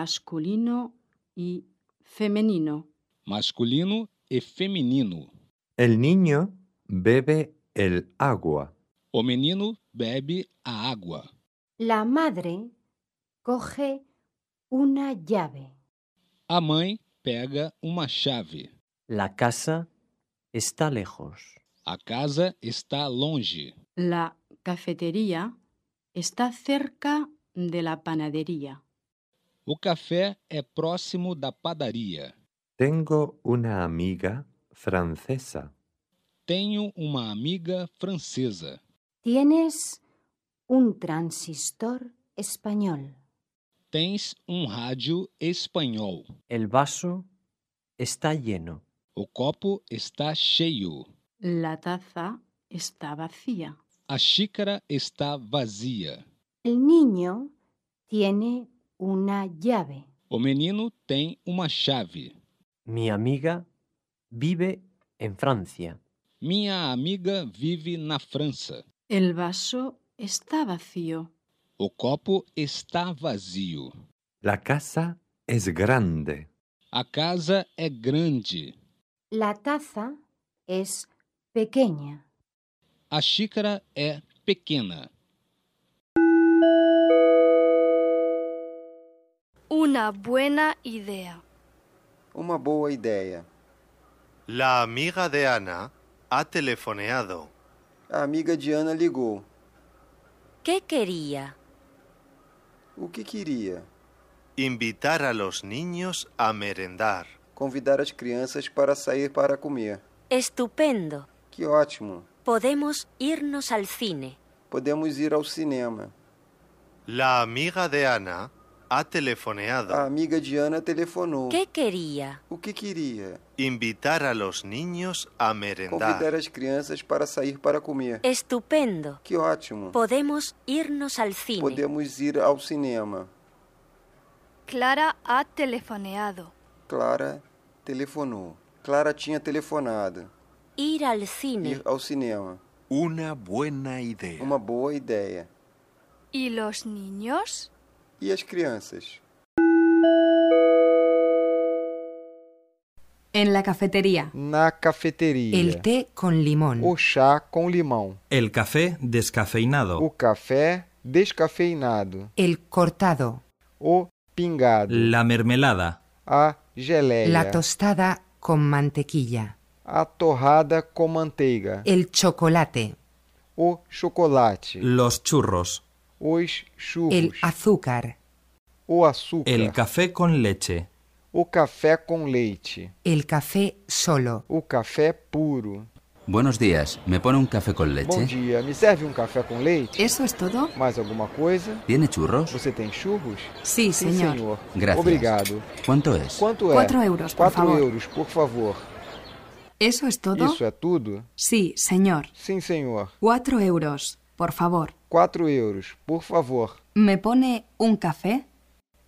masculino y femenino. masculino e feminino. El niño bebe el agua. O menino bebe a água. La madre coge una llave. A mãe pega uma chave. La casa está lejos. A casa está longe. La cafetería está cerca de la panadería. O café é próximo da padaria. Tengo una amiga francesa. Tenho uma amiga francesa. Tienes un transistor español. Tens um rádio espanhol. El vaso está lleno. O copo está cheio. La taza está vacía. A xícara está vazia. El niño tiene una llave. O menino tem uma chave. Mi amiga vive en Francia. Minha amiga vive na França. El vaso está vacío. O copo está vazio. La casa es grande. A casa é grande. La taza es pequeña. A xícara é pequena. Una buena idea. Uma boa ideia. La amiga de Ana ha telefoneado. A amiga de Ana ligou. ¿Qué quería? O que queria? Invitar a los niños a merendar. Convidar as crianças para sair para comer. Estupendo. Que ótimo! Podemos irnos al cine. Podemos ir ao cinema. La amiga de Ana ha A telefoneado. amiga de Ana telefonou. ¿Qué quería? O que queria? Invitar a los niños a Convidar merendar. as crianças para sair para comer. Estupendo. Que ótimo! Podemos irnos al cine. Podemos ir ao cinema. Clara ha telefoneado. Clara telefonou. Clara tinha telefonado. Ir al cine. Ir ao cinema. Una buena idea. Uma boa ideia. ¿Y los niños? E as crianças? En la cafetería. Na cafeteria. El té con limón. O chá com limão. El café O descafeinado. café descafeinado. El cortado. O pingado. La mermelada. A geleia. La tostada con mantequilla. A torrada com manteiga. El chocolate. O chocolate. Los churros. Os churros. El azúcar. O açúcar. El café con leche. O café com leite. El café solo. O café puro. Buenos días, ¿me pone un café con Bom leche? dia, me serve um café com leite? ¿Eso es todo? Mais alguma coisa? ¿Tiene churros? Você tem churros? Sí, Sim, señor. senhor. Gracias. Obrigado. ¿Cuánto es? Quanto é? Quatro euros, por Quatro favor. euros, por favor. ¿Eso es todo? Isso é tudo? Sí, señor. Sim, senhor. Cuatro euros, por favor. Quatro euros, por favor. ¿Me pone un café?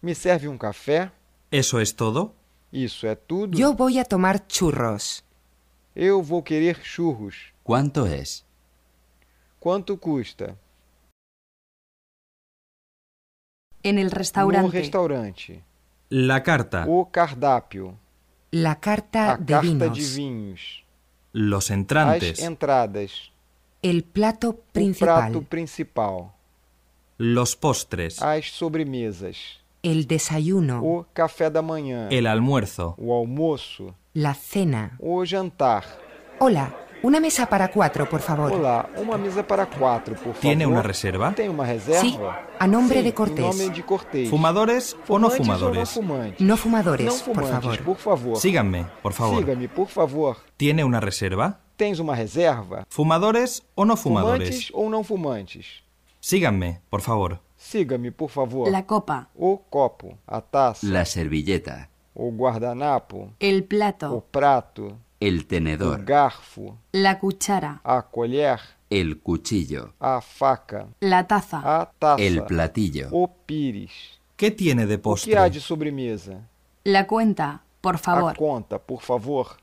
Me serve um café? ¿Eso es todo? Isso é tudo? Yo voy a tomar churros. Eu vou querer churros. ¿Cuánto es? Quanto custa? En el No restaurante. restaurante. La carta. O cardápio. La carta A Ah, de carta vinos. de vinhos. Los As entrantes. entradas. El plato O principal. prato principal. Los postres. As sobremesas. El desayuno. O café da manhã. El almuerzo. O almoço. La cena. O jantar. Hola. Una mesa para cuatro, por favor. Olá, uma mesa para quatro, por favor. ¿Tiene una reserva? Tem uma reserva? Sí, a nombre Sim, de Cortés. Em nome de Cortês. ¿Fumadores o no fumadores? Ou não fumantes? No fumadores, Não por fumantes, favor. por favor. Síganme, por favor. Siga-me, por favor. ¿Tiene una reserva? Tens uma reserva? ¿Fumadores o no Fumantes fumadores? ou não fumantes? Síganme, por favor. Siga-me, por favor. La copa. O copo, a taça, La servilleta, o guardanapo, El Oh. o plato. prato, el o tenedor, garfo, La cuchara. a colher, el cuchillo, a faca, La taza. Ah. a taça, el platillo, o pires. ¿Qué tiene de O que há postre? de sobremesa? La cuenta, por A favor. conta, por favor.